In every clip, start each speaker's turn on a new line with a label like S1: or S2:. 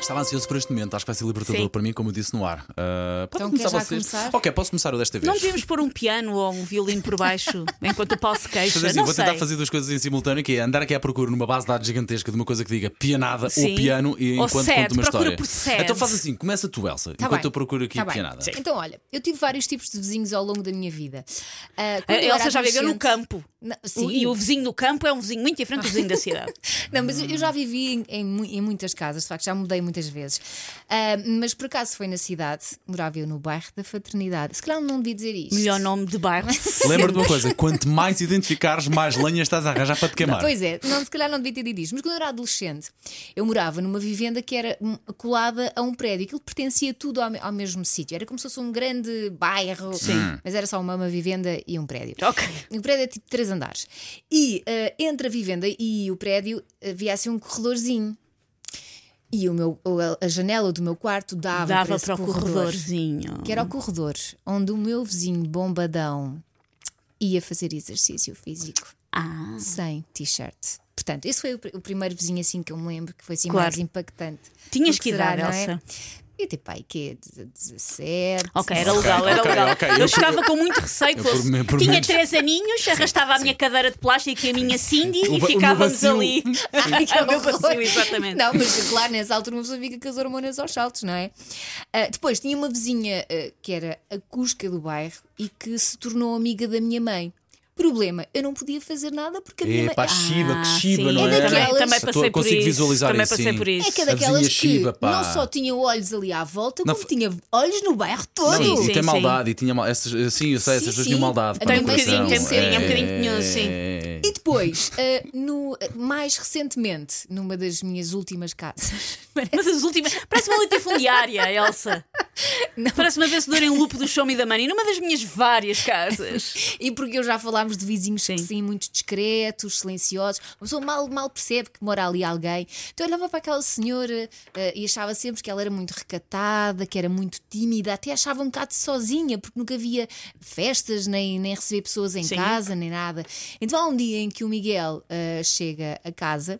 S1: Estava ansioso por este momento, acho que vai ser libertador
S2: Sim.
S1: para mim, como eu disse no ar. Ah, pode
S3: Então,
S1: começar
S3: quer já
S1: vocês.
S3: começar?
S1: Ok, posso começar eu desta vez.
S2: Não devíamos pôr um piano ou um violino por baixo enquanto o Paulo se
S1: Fazer
S2: queixa.
S1: assim,
S2: Não
S1: vou
S2: sei.
S1: tentar fazer duas coisas em simultâneo, que é andar aqui à procura numa base de dados gigantesca de uma coisa que diga pianada
S2: Sim.
S1: ou piano e
S2: Ou
S1: enquanto
S2: sad,
S1: conto uma
S2: procura
S1: história.
S2: por sad.
S1: Então faz assim, começa tu, Elsa,
S3: Tá
S1: enquanto
S3: bem.
S1: eu procuro aqui
S3: Tá bem.
S1: pianada.
S3: Então, olha, eu tive vários tipos de vizinhos ao longo da minha vida. Ah,
S2: A
S3: quando eu
S2: Eh, Elsa
S3: era
S2: É, já viveu no
S3: adolescente-
S2: campo.
S3: Na-
S2: O-
S3: sim,
S2: E o vizinho do campo é um vizinho muito diferente do vizinho da cidade.
S3: Não, mas eu- eu já vivi em, em mu- em muitas casas, de facto, já mudei muitas vezes. Ah, mas por acaso foi na cidade, morava eu no bairro da Fraternidade. Se calhar não devia dizer isto.
S2: Melhor nome de bairro.
S1: Lembra de uma coisa: quanto mais identificares, mais lenha estás a arranjar para te queimar.
S3: Pois é, não, se calhar não devia ter dito isto. Mas quando eu era adolescente, eu morava numa vivenda que era hum, colada a um prédio. Aquilo pertencia tudo ao, me- ao mesmo sítio. Era como se fosse um grande bairro, Hum. mas era só uma, uma vivenda e um prédio.
S2: Ok.
S3: O prédio é tipo três andares. E ah, entre a vivenda e o prédio havia assim um corredorzinho. E o meu, ou a- a janela do meu quarto dava,
S2: Dava
S3: para, esse
S2: para o
S3: corredor.
S2: corredorzinho.
S3: Que era o corredor onde o meu vizinho bombadão ia fazer exercício físico
S2: Ah,
S3: sem t-shirt. Portanto, esse foi o, pr- o primeiro vizinho assim que eu me lembro, que foi assim
S2: Claro.
S3: mais impactante.
S2: Tinhas
S3: Porque
S2: que
S3: será,
S2: idade,
S3: não é?
S2: Elsa?
S3: Eu tipo, pai, que 17.
S2: ok, era legal, era
S1: ok,
S2: legal.
S1: ok.
S2: Eu,
S1: Eu-
S2: chegava com muito receio.
S1: eu
S2: fosse-
S1: por me- por
S2: Tinha
S1: menos-
S2: três aninhos, arrastava a minha cadeira de plástico e a minha Cindy
S1: O
S2: e
S1: ba- o meu
S2: ficávamos
S1: vacilo.
S2: ali.
S3: Que
S2: Ah, o meu
S3: horror.
S2: vacilo, exatamente.
S3: Não, mas claro, nessa altura uma pessoa fica com as hormonas aos saltos, não é? Ah, depois tinha uma vizinha ah, que era a Cusca do bairro e que se tornou amiga da minha mãe. Problema, eu não podia fazer nada porque a minha
S1: É
S3: mãe.
S1: pá, Shiba,
S2: Ah,
S1: que Shiba,
S2: sim.
S1: não é?
S3: É daquelas-
S2: Também, também
S3: Eu tô-
S2: passei por
S1: consigo
S2: isso.
S1: visualizar
S2: também
S1: isso.
S2: passei por
S3: É
S2: isso.
S3: que é
S1: A
S3: daquelas que
S1: vizinha Shiba, pá.
S3: não só tinha olhos ali à volta,
S1: Não
S3: como
S1: f-
S3: tinha olhos no bairro todo.
S1: Não, e-
S2: sim,
S1: e tem
S2: sim.
S1: maldade, e tinha mal... essas, sim, eu sei,
S3: Sim,
S1: essas pessoas
S3: sim.
S1: tinham maldade. pá,
S3: Tem
S1: no
S3: um bocadinho,
S1: coração.
S3: tem um bocadinho, é um
S2: bocadinho tinhoso, sim.
S1: É.
S3: E depois, ah, no, mais recentemente, numa das minhas últimas casas,
S2: Mas as últimas. Parece uma latifundiária, Elsa. Parece uma vencedora em loop do Show Me da Money numa das minhas várias casas.
S3: e porque eu já falámos de vizinhos que
S2: Sim.
S3: sim, muito discretos, silenciosos, uma pessoa mal, mal percebe que mora ali alguém. Então eu olhava para aquela senhora eh, e achava sempre que ela era muito recatada, que era muito tímida, até achava um bocado sozinha, porque nunca havia festas, nem, nem receber pessoas em
S2: Sim.
S3: casa, nem nada. Então há um dia em que o Miguel eh, chega a casa,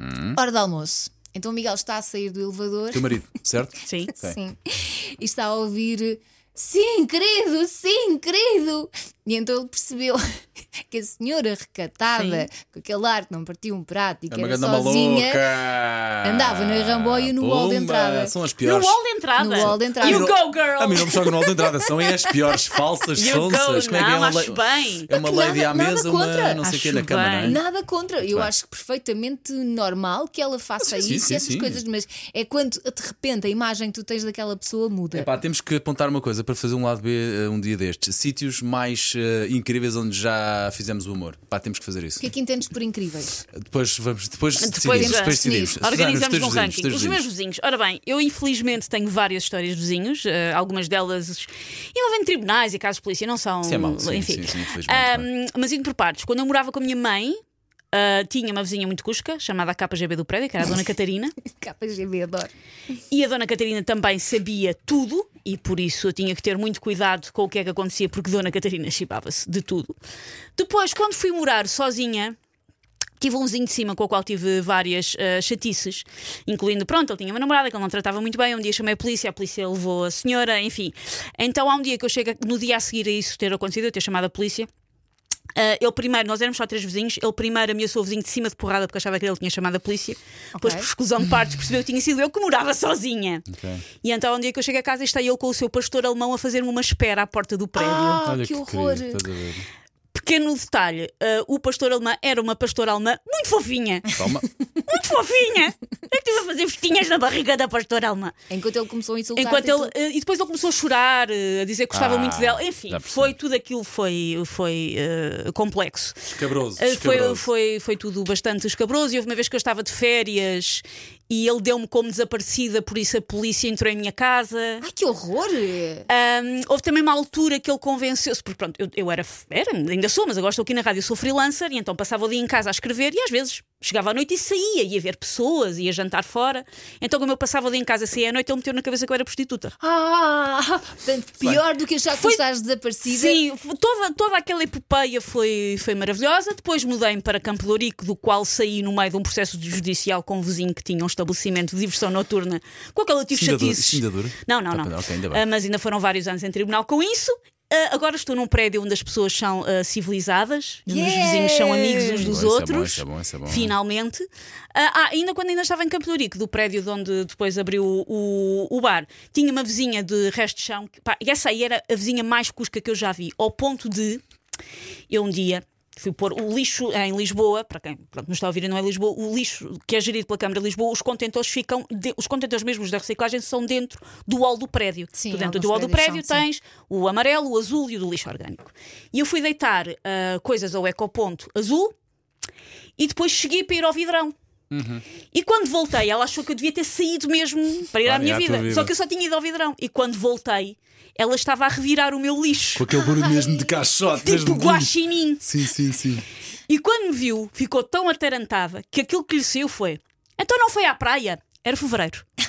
S2: Hum.
S3: hora de almoço. Então o Miguel está a sair do elevador.
S1: Teu marido, certo?
S2: Sim.
S3: Sim. E está a ouvir Sim, querido, sim, querido. E então ele percebeu que a senhora recatada, com aquele ar que não partiu um prato e que
S1: É uma
S3: era
S1: grande
S3: sozinha,
S1: maluca.
S3: andava na Ramboia no hall de
S1: Pumba,
S3: entrada.
S1: São as
S2: No
S1: piores. Ah,
S2: wall de entrada.
S3: No wall de entrada.
S2: You go,
S1: A mim
S2: girl!
S1: não me joga no hall de entrada, são as piores, falsas,
S2: You go,
S1: sonsas. Como é que é
S2: não,
S1: uma
S2: acho
S1: le-
S2: bem.
S1: É uma
S3: Nada-
S1: lady à
S3: nada
S1: mesa, uma
S3: contra.
S1: não sei o que
S2: Acho
S1: na cama,
S2: bem.
S1: não é?
S3: Nada contra, eu
S1: bem.
S3: acho perfeitamente normal que ela faça
S1: Sim, sim,
S3: isso
S1: sim,
S3: e essas
S1: sim.
S3: coisas, mas é quando de repente a imagem que tu tens daquela pessoa muda.
S1: Epá, temos que apontar uma coisa para fazer um lado B eh, um dia destes. Sítios mais eh, incríveis onde já fizemos o amor. Pá, temos que fazer isso.
S3: O que é que entendes por incríveis?
S1: Depois vamos, depois,
S2: Depois,
S1: decidimos,
S2: eh,
S1: depois decidimos.
S3: definir.
S1: Susana, os
S2: Organizamos
S1: teus
S2: um
S1: vizinhos, os
S2: ranking.
S1: teus
S2: Os meus
S1: vizinhos.
S2: vizinhos. Ora bem, eu infelizmente tenho várias histórias de vizinhos, eh, algumas delas envolvendo tribunais e casos de polícia, não são.
S1: Isso é mau, sim,
S2: enfim.
S1: sim, sim, infelizmente,
S2: Ah,
S1: bem.
S2: mas indo por partes, quando eu morava com a minha mãe, ah, tinha uma vizinha muito cusca, chamada a KGB do prédio, que era a Dona Catarina.
S3: KGB, adoro.
S2: E a Dona Catarina também sabia tudo, e por isso eu tinha que ter muito cuidado com o que é que acontecia, porque Dona Catarina chipava-se de tudo. Depois, quando fui morar sozinha. Tive um vizinho de cima com o qual tive várias ah, chatices, incluindo, pronto, ele tinha uma namorada que ele não tratava muito bem. Um dia chamei a polícia, a polícia levou a senhora, enfim. Então há um dia que eu chego, no dia a seguir a isso ter acontecido, eu ter chamado a polícia, ah, ele primeiro, nós éramos só três vizinhos, ele primeiro ameaçou o vizinho de cima de porrada porque achava que ele tinha chamado a polícia. Depois, por exclusão de partes, percebeu que tinha sido eu que morava sozinha. E então, um dia que eu chego a casa, está ele com o seu pastor alemão a fazer-me uma espera à porta do prédio.
S3: Ah,
S1: Olha que
S3: que horror!
S1: querido, estás a ver?
S2: Pequeno detalhe: ah, o pastor alemão era uma pastora alemã muito fofinha.
S1: Toma.
S2: Muito fofinha! Eu estive a fazer festinhas na barriga da pastora alemã.
S3: Enquanto ele começou a insultar. tipo,
S2: Enquanto ele, eh, e depois ele começou a chorar, eh, a dizer que gostava
S1: Ah,
S2: muito dela. Enfim,
S1: já percebi.
S2: foi tudo aquilo foi, foi eh, complexo.
S1: Escabroso,
S2: Eh, Foi,
S1: escabroso.
S2: foi, foi tudo bastante escabroso. E houve uma vez que eu estava de férias e ele deu-me como desaparecida, por isso a polícia entrou em minha casa.
S3: Ai, que horror!
S1: Ah.
S2: Ahm, houve também uma altura que ele convenceu-se, porque pronto, eu, eu era, era, ainda sou, mas agora estou aqui na rádio, sou freelancer, e então passava o dia em casa a escrever, e às vezes chegava à noite e saía, ia ver pessoas, ia jantar fora. Então, como eu passava o dia em casa, saía à noite, ele meteu na cabeça que eu era prostituta.
S3: Ah, portanto, pior do que achar que tu
S2: Foi-
S3: estás desaparecida.
S2: Sim, f- toda, toda aquela epopeia foi, foi maravilhosa. Depois mudei-me para Campo Lourico, do qual saí no meio de um processo judicial com um vizinho que tinha um estabelecimento de diversão noturna com aquela tipo de
S1: Sim, ainda dura-
S2: chatices.
S1: sim, ainda dura?
S2: Não, não,
S1: Ah,
S2: não.
S1: ok, ainda bem.
S2: Ah, mas ainda foram vários anos em tribunal com isso. Ah, agora estou num prédio onde as pessoas são ah, civilizadas, e onde os
S3: Yeah!
S2: vizinhos são amigos uns dos
S1: Isso é bom,
S2: outros.
S1: isso é bom, isso é bom.
S2: Finalmente. Ah, ah, ainda quando ainda estava em Campo Lourico, do prédio de onde depois abriu o, o bar, tinha uma vizinha de resto de chão. que- pá, e essa aí era a vizinha mais cusca que eu já vi, ao ponto de eu um dia fui pôr o lixo em Lisboa, para quem pronto, não está a ouvir e não é Lisboa, o lixo que é gerido pela Câmara de Lisboa, os contentores ficam, de- os contentores mesmos da reciclagem são dentro do hall do prédio.
S3: Sim,
S2: tu dentro
S3: alguns
S2: do hall do prédio
S3: prédios são, sim.
S2: tens o amarelo, o azul e o do lixo orgânico. E eu fui deitar ah, coisas ao ecoponto azul e depois cheguei para ir ao vidrão.
S1: Uhum.
S2: E quando voltei, ela achou que eu devia ter saído mesmo para ir
S1: Claro,
S2: à minha
S1: é à tua
S2: vida.
S1: vida.
S2: Só que eu só tinha ido ao vidrão. E quando voltei, ela estava a revirar o meu lixo.
S1: Com aquele barulho mesmo de caixote.
S2: Tipo
S1: mesmo de-
S2: guaxinim.
S1: Sim, sim, sim.
S2: E quando me viu, ficou tão atarantada que aquilo que lhe saiu foi: então não foi à praia, era fevereiro.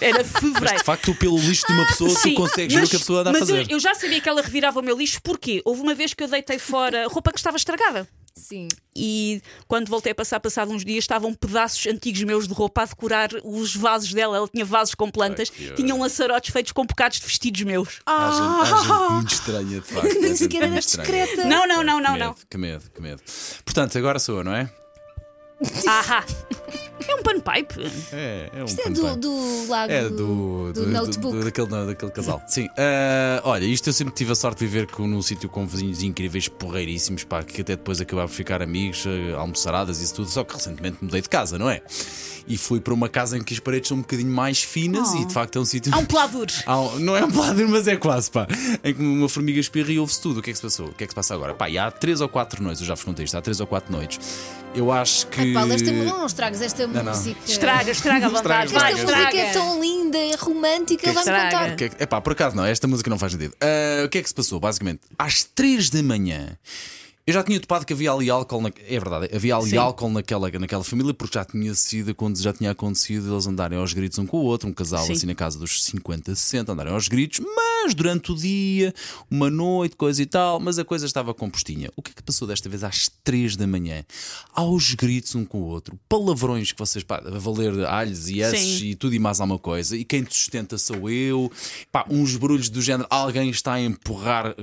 S2: Era
S1: Mas
S2: fevereiro.
S1: de facto, tu, pelo lixo de uma pessoa, tu
S2: Sim,
S1: consegues ver o que a pessoa anda a
S2: mas eu-
S1: fazer.
S2: Eu, já sabia que ela revirava o meu lixo, porque houve uma vez que eu deitei fora roupa que estava estragada.
S3: Sim.
S2: E quando voltei a passar, passado uns dias, estavam pedaços antigos meus de roupa a decorar os vasos dela. Ela tinha vasos com plantas,
S1: Ai, que horror.
S2: tinham laçarotes feitos com bocados de vestidos meus.
S1: Há gente, há
S2: Ah.
S1: gente muito estranha, de facto. Há
S3: Nem
S1: gente
S3: sequer
S1: muito
S3: eras
S1: estranha.
S3: discreta.
S2: Não, não, não, não,
S1: que medo,
S2: não.
S1: Que medo, que medo. Portanto, agora sou eu, não é?
S2: Ahá! É um panpipe.
S1: É, é um
S3: Isto é do, do lago
S1: É do,
S3: do notebook.
S1: daquele, daquele casal. Sim. Ah, olha, isto eu sempre tive a sorte de viver com, num sítio com vizinhos incríveis, porreiríssimos, pá, que até depois acabaram por ficar amigos, ah, almoçaradas e isso tudo. Só que recentemente mudei de casa, não é? E fui para uma casa em que as paredes são um bocadinho mais finas
S2: Oh.
S1: e de facto é um sítio.
S2: Há um pladur.
S1: Há um- não é um plástico, mas é quase, pá. Em que uma formiga espirra e ouve-se tudo. O que é que se passou? O que é que se passa agora? Pá, e há três ou quatro noites, eu já vos contei isto, há três ou quatro noites. Eu acho que.
S3: Ai, Paulo, esta, não, não estragas um- esta
S1: Não, não.
S3: música.
S2: Estraga, estraga a vontade.
S3: Esta
S2: vai,
S1: estraga.
S3: música é
S2: estraga.
S3: tão linda, é romântica, vai-me
S2: Estraga.
S3: contar.
S1: O que é que- epá, por acaso não, esta música não faz sentido. Ah, o que é que se passou? Basicamente, às 3 da manhã. Eu já tinha topado que havia ali álcool na... É verdade, havia ali álcool naquela, naquela família porque já tinha sido, quando já tinha acontecido eles andarem aos gritos um com o outro, um casal
S2: Sim.
S1: assim na casa dos 50, 60, andarem aos gritos, mas durante o dia, uma noite, coisa e tal, mas a coisa estava compostinha. O que é que passou desta vez às 3 da manhã? Aos gritos um com o outro, palavrões que vocês pá, a valer alhos e esses
S2: Sim.
S1: e tudo e mais alguma coisa. E quem te sustenta sou eu. Pá, uns barulhos do género: alguém está a empurrar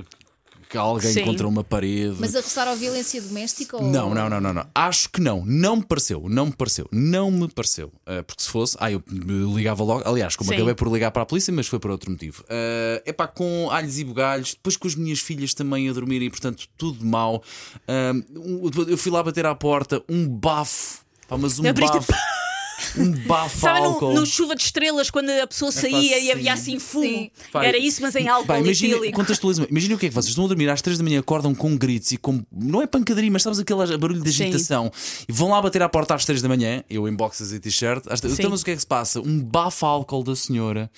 S1: alguém
S2: Sim.
S1: contra uma parede.
S3: Mas a roçar à violência doméstica? Ou...
S1: Não, não, não, não, não. Acho que não. Não me pareceu. Não me pareceu. Não me pareceu. Ah, porque se fosse. Ah, eu me ligava logo. Aliás, como
S2: Sim.
S1: acabei por ligar para a polícia, mas foi por outro motivo. É epá, com alhos e bugalhos. Depois com as minhas filhas também a dormirem, portanto, tudo mal. Ah, um- eu fui lá bater à porta. Um bafo. Pá, mas um
S2: Abriste-
S1: bafo. Um bafo a
S2: Sabe no,
S1: álcool.
S2: no chuva de estrelas quando a pessoa saía e havia assim fumo?
S1: Pá,
S2: Era isso, mas em álcool
S1: pá, imagina,
S2: etílico.
S1: contextualiza-me. Imagina o que é que vocês estão a dormir às 3 da manhã, acordam com gritos e com. Não é pancadaria, mas sabes aquele barulho de
S2: Sim.
S1: agitação. E vão lá bater à porta às 3 da manhã, eu em boxers e t-shirt. às três-
S2: Sim.
S1: Então, mas o que é que se passa? Um bafo a álcool da senhora.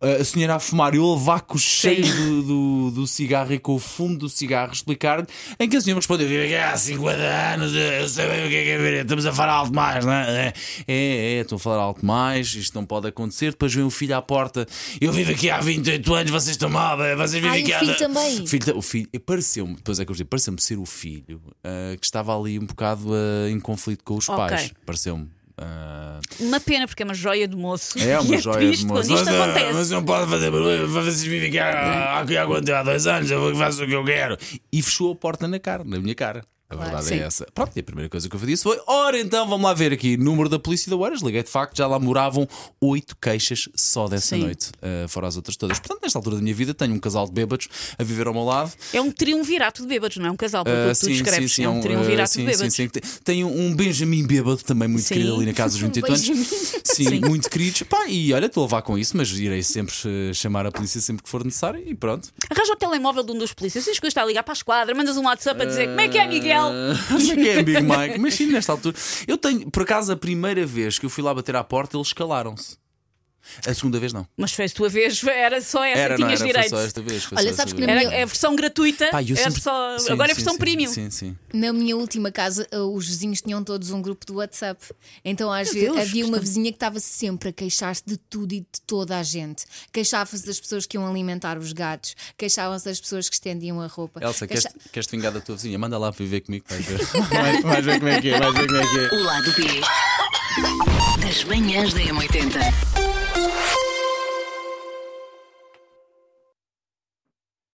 S1: A senhora a fumar, eu a vácuo cheio do, do, do cigarro e com o fumo do cigarro explicar-lhe, em que a senhora me respondeu: "É, há 50 anos, eu sei bem o que é que é ver, estamos a falar alto mais, não é? É, é, é, estão a falar alto mais, isto não pode acontecer. Depois vem o filho à porta: eu vivo aqui há 28 anos, vocês estão mal, eh, vocês vivem
S3: Ah, e
S1: aqui
S3: o
S1: há.
S3: filho também?
S1: Filho, o filho, pareceu-me, depois é que eu digo, pareceu-me ser o filho ah, que estava ali um bocado ah, em conflito com os
S2: Ok.
S1: pais. Pareceu-me. ah,
S2: Uma pena, porque é uma joia de moço.
S1: é
S2: E
S1: uma
S2: é
S1: joia
S2: triste
S1: de moço.
S2: quando isto
S1: Mas, ah,
S2: acontece.
S1: Mas não pode fazer barulho. Vocês vivem aqui há, há, há, quanto? há dois anos. Eu vou- faço o que eu quero. E fechou a porta na cara, na minha cara. A verdade é
S2: sim.
S1: essa. Pronto, e a primeira coisa que eu disse foi: ora então, vamos lá ver aqui. Número da polícia da Oeiras. Liguei de facto, já lá moravam oito queixas só dessa
S2: Sim.
S1: noite, ah, fora as outras todas. Portanto, nesta altura da minha vida, tenho um casal de bêbados a viver ao meu lado.
S2: É um triunvirato de bêbados, não é um casal, pelo
S1: Ah,
S2: que tu descreves. é um
S1: ah,
S2: triunvirato
S1: sim,
S2: de
S1: sim,
S2: bêbados.
S1: sim. Tem- Tem um Benjamin bêbado também muito
S2: Sim. Um
S1: querido ali na casa dos 28 anos.
S3: Benjamin.
S1: Sim, muito queridos. Pá, e olha, estou a levar com isso, mas irei sempre eh, chamar a polícia sempre que for necessário e pronto.
S2: Arranja o telemóvel de um dos polícias, diz que está a ligar para a esquadra, mandas um WhatsApp a dizer como é que é, Miguel? Portugal.
S1: Onde é que é Big Mike? Mas sim, nesta altura. Eu tenho, por acaso, a primeira vez que eu fui lá bater à porta, eles escalaram-se. A segunda vez não.
S2: Mas fez tua vez, era só essa,
S1: era, não,
S2: tinhas
S1: era, foi
S2: direito.
S1: só esta vez. foi
S3: Olha,
S1: só
S3: sabes
S1: esta
S3: que na
S1: vez.
S2: Era,
S3: minha-
S2: é a versão gratuita,
S1: Pá, eu
S2: era
S1: sempre-
S2: só-
S1: Sim,
S2: agora é a
S1: sim,
S2: versão
S1: sim,
S2: premium.
S1: Sim, sim.
S3: Na minha última casa, eh, os vizinhos tinham todos um grupo do WhatsApp. Então, às
S2: Meu
S3: vezes,
S2: Deus,
S3: havia uma
S2: portanto-
S3: vizinha que estava sempre a queixar-se de tudo e de toda a gente. Queixava-se das pessoas que iam alimentar os gatos, queixavam-se das pessoas que estendiam a roupa.
S1: Elsa,
S3: Queixa-
S1: queres, queres te vingar da tua vizinha? Manda lá viver comigo, vais ver. Vais- vais ver como é que é, vais ver como é que é.
S4: O lado B das manhãs da M80.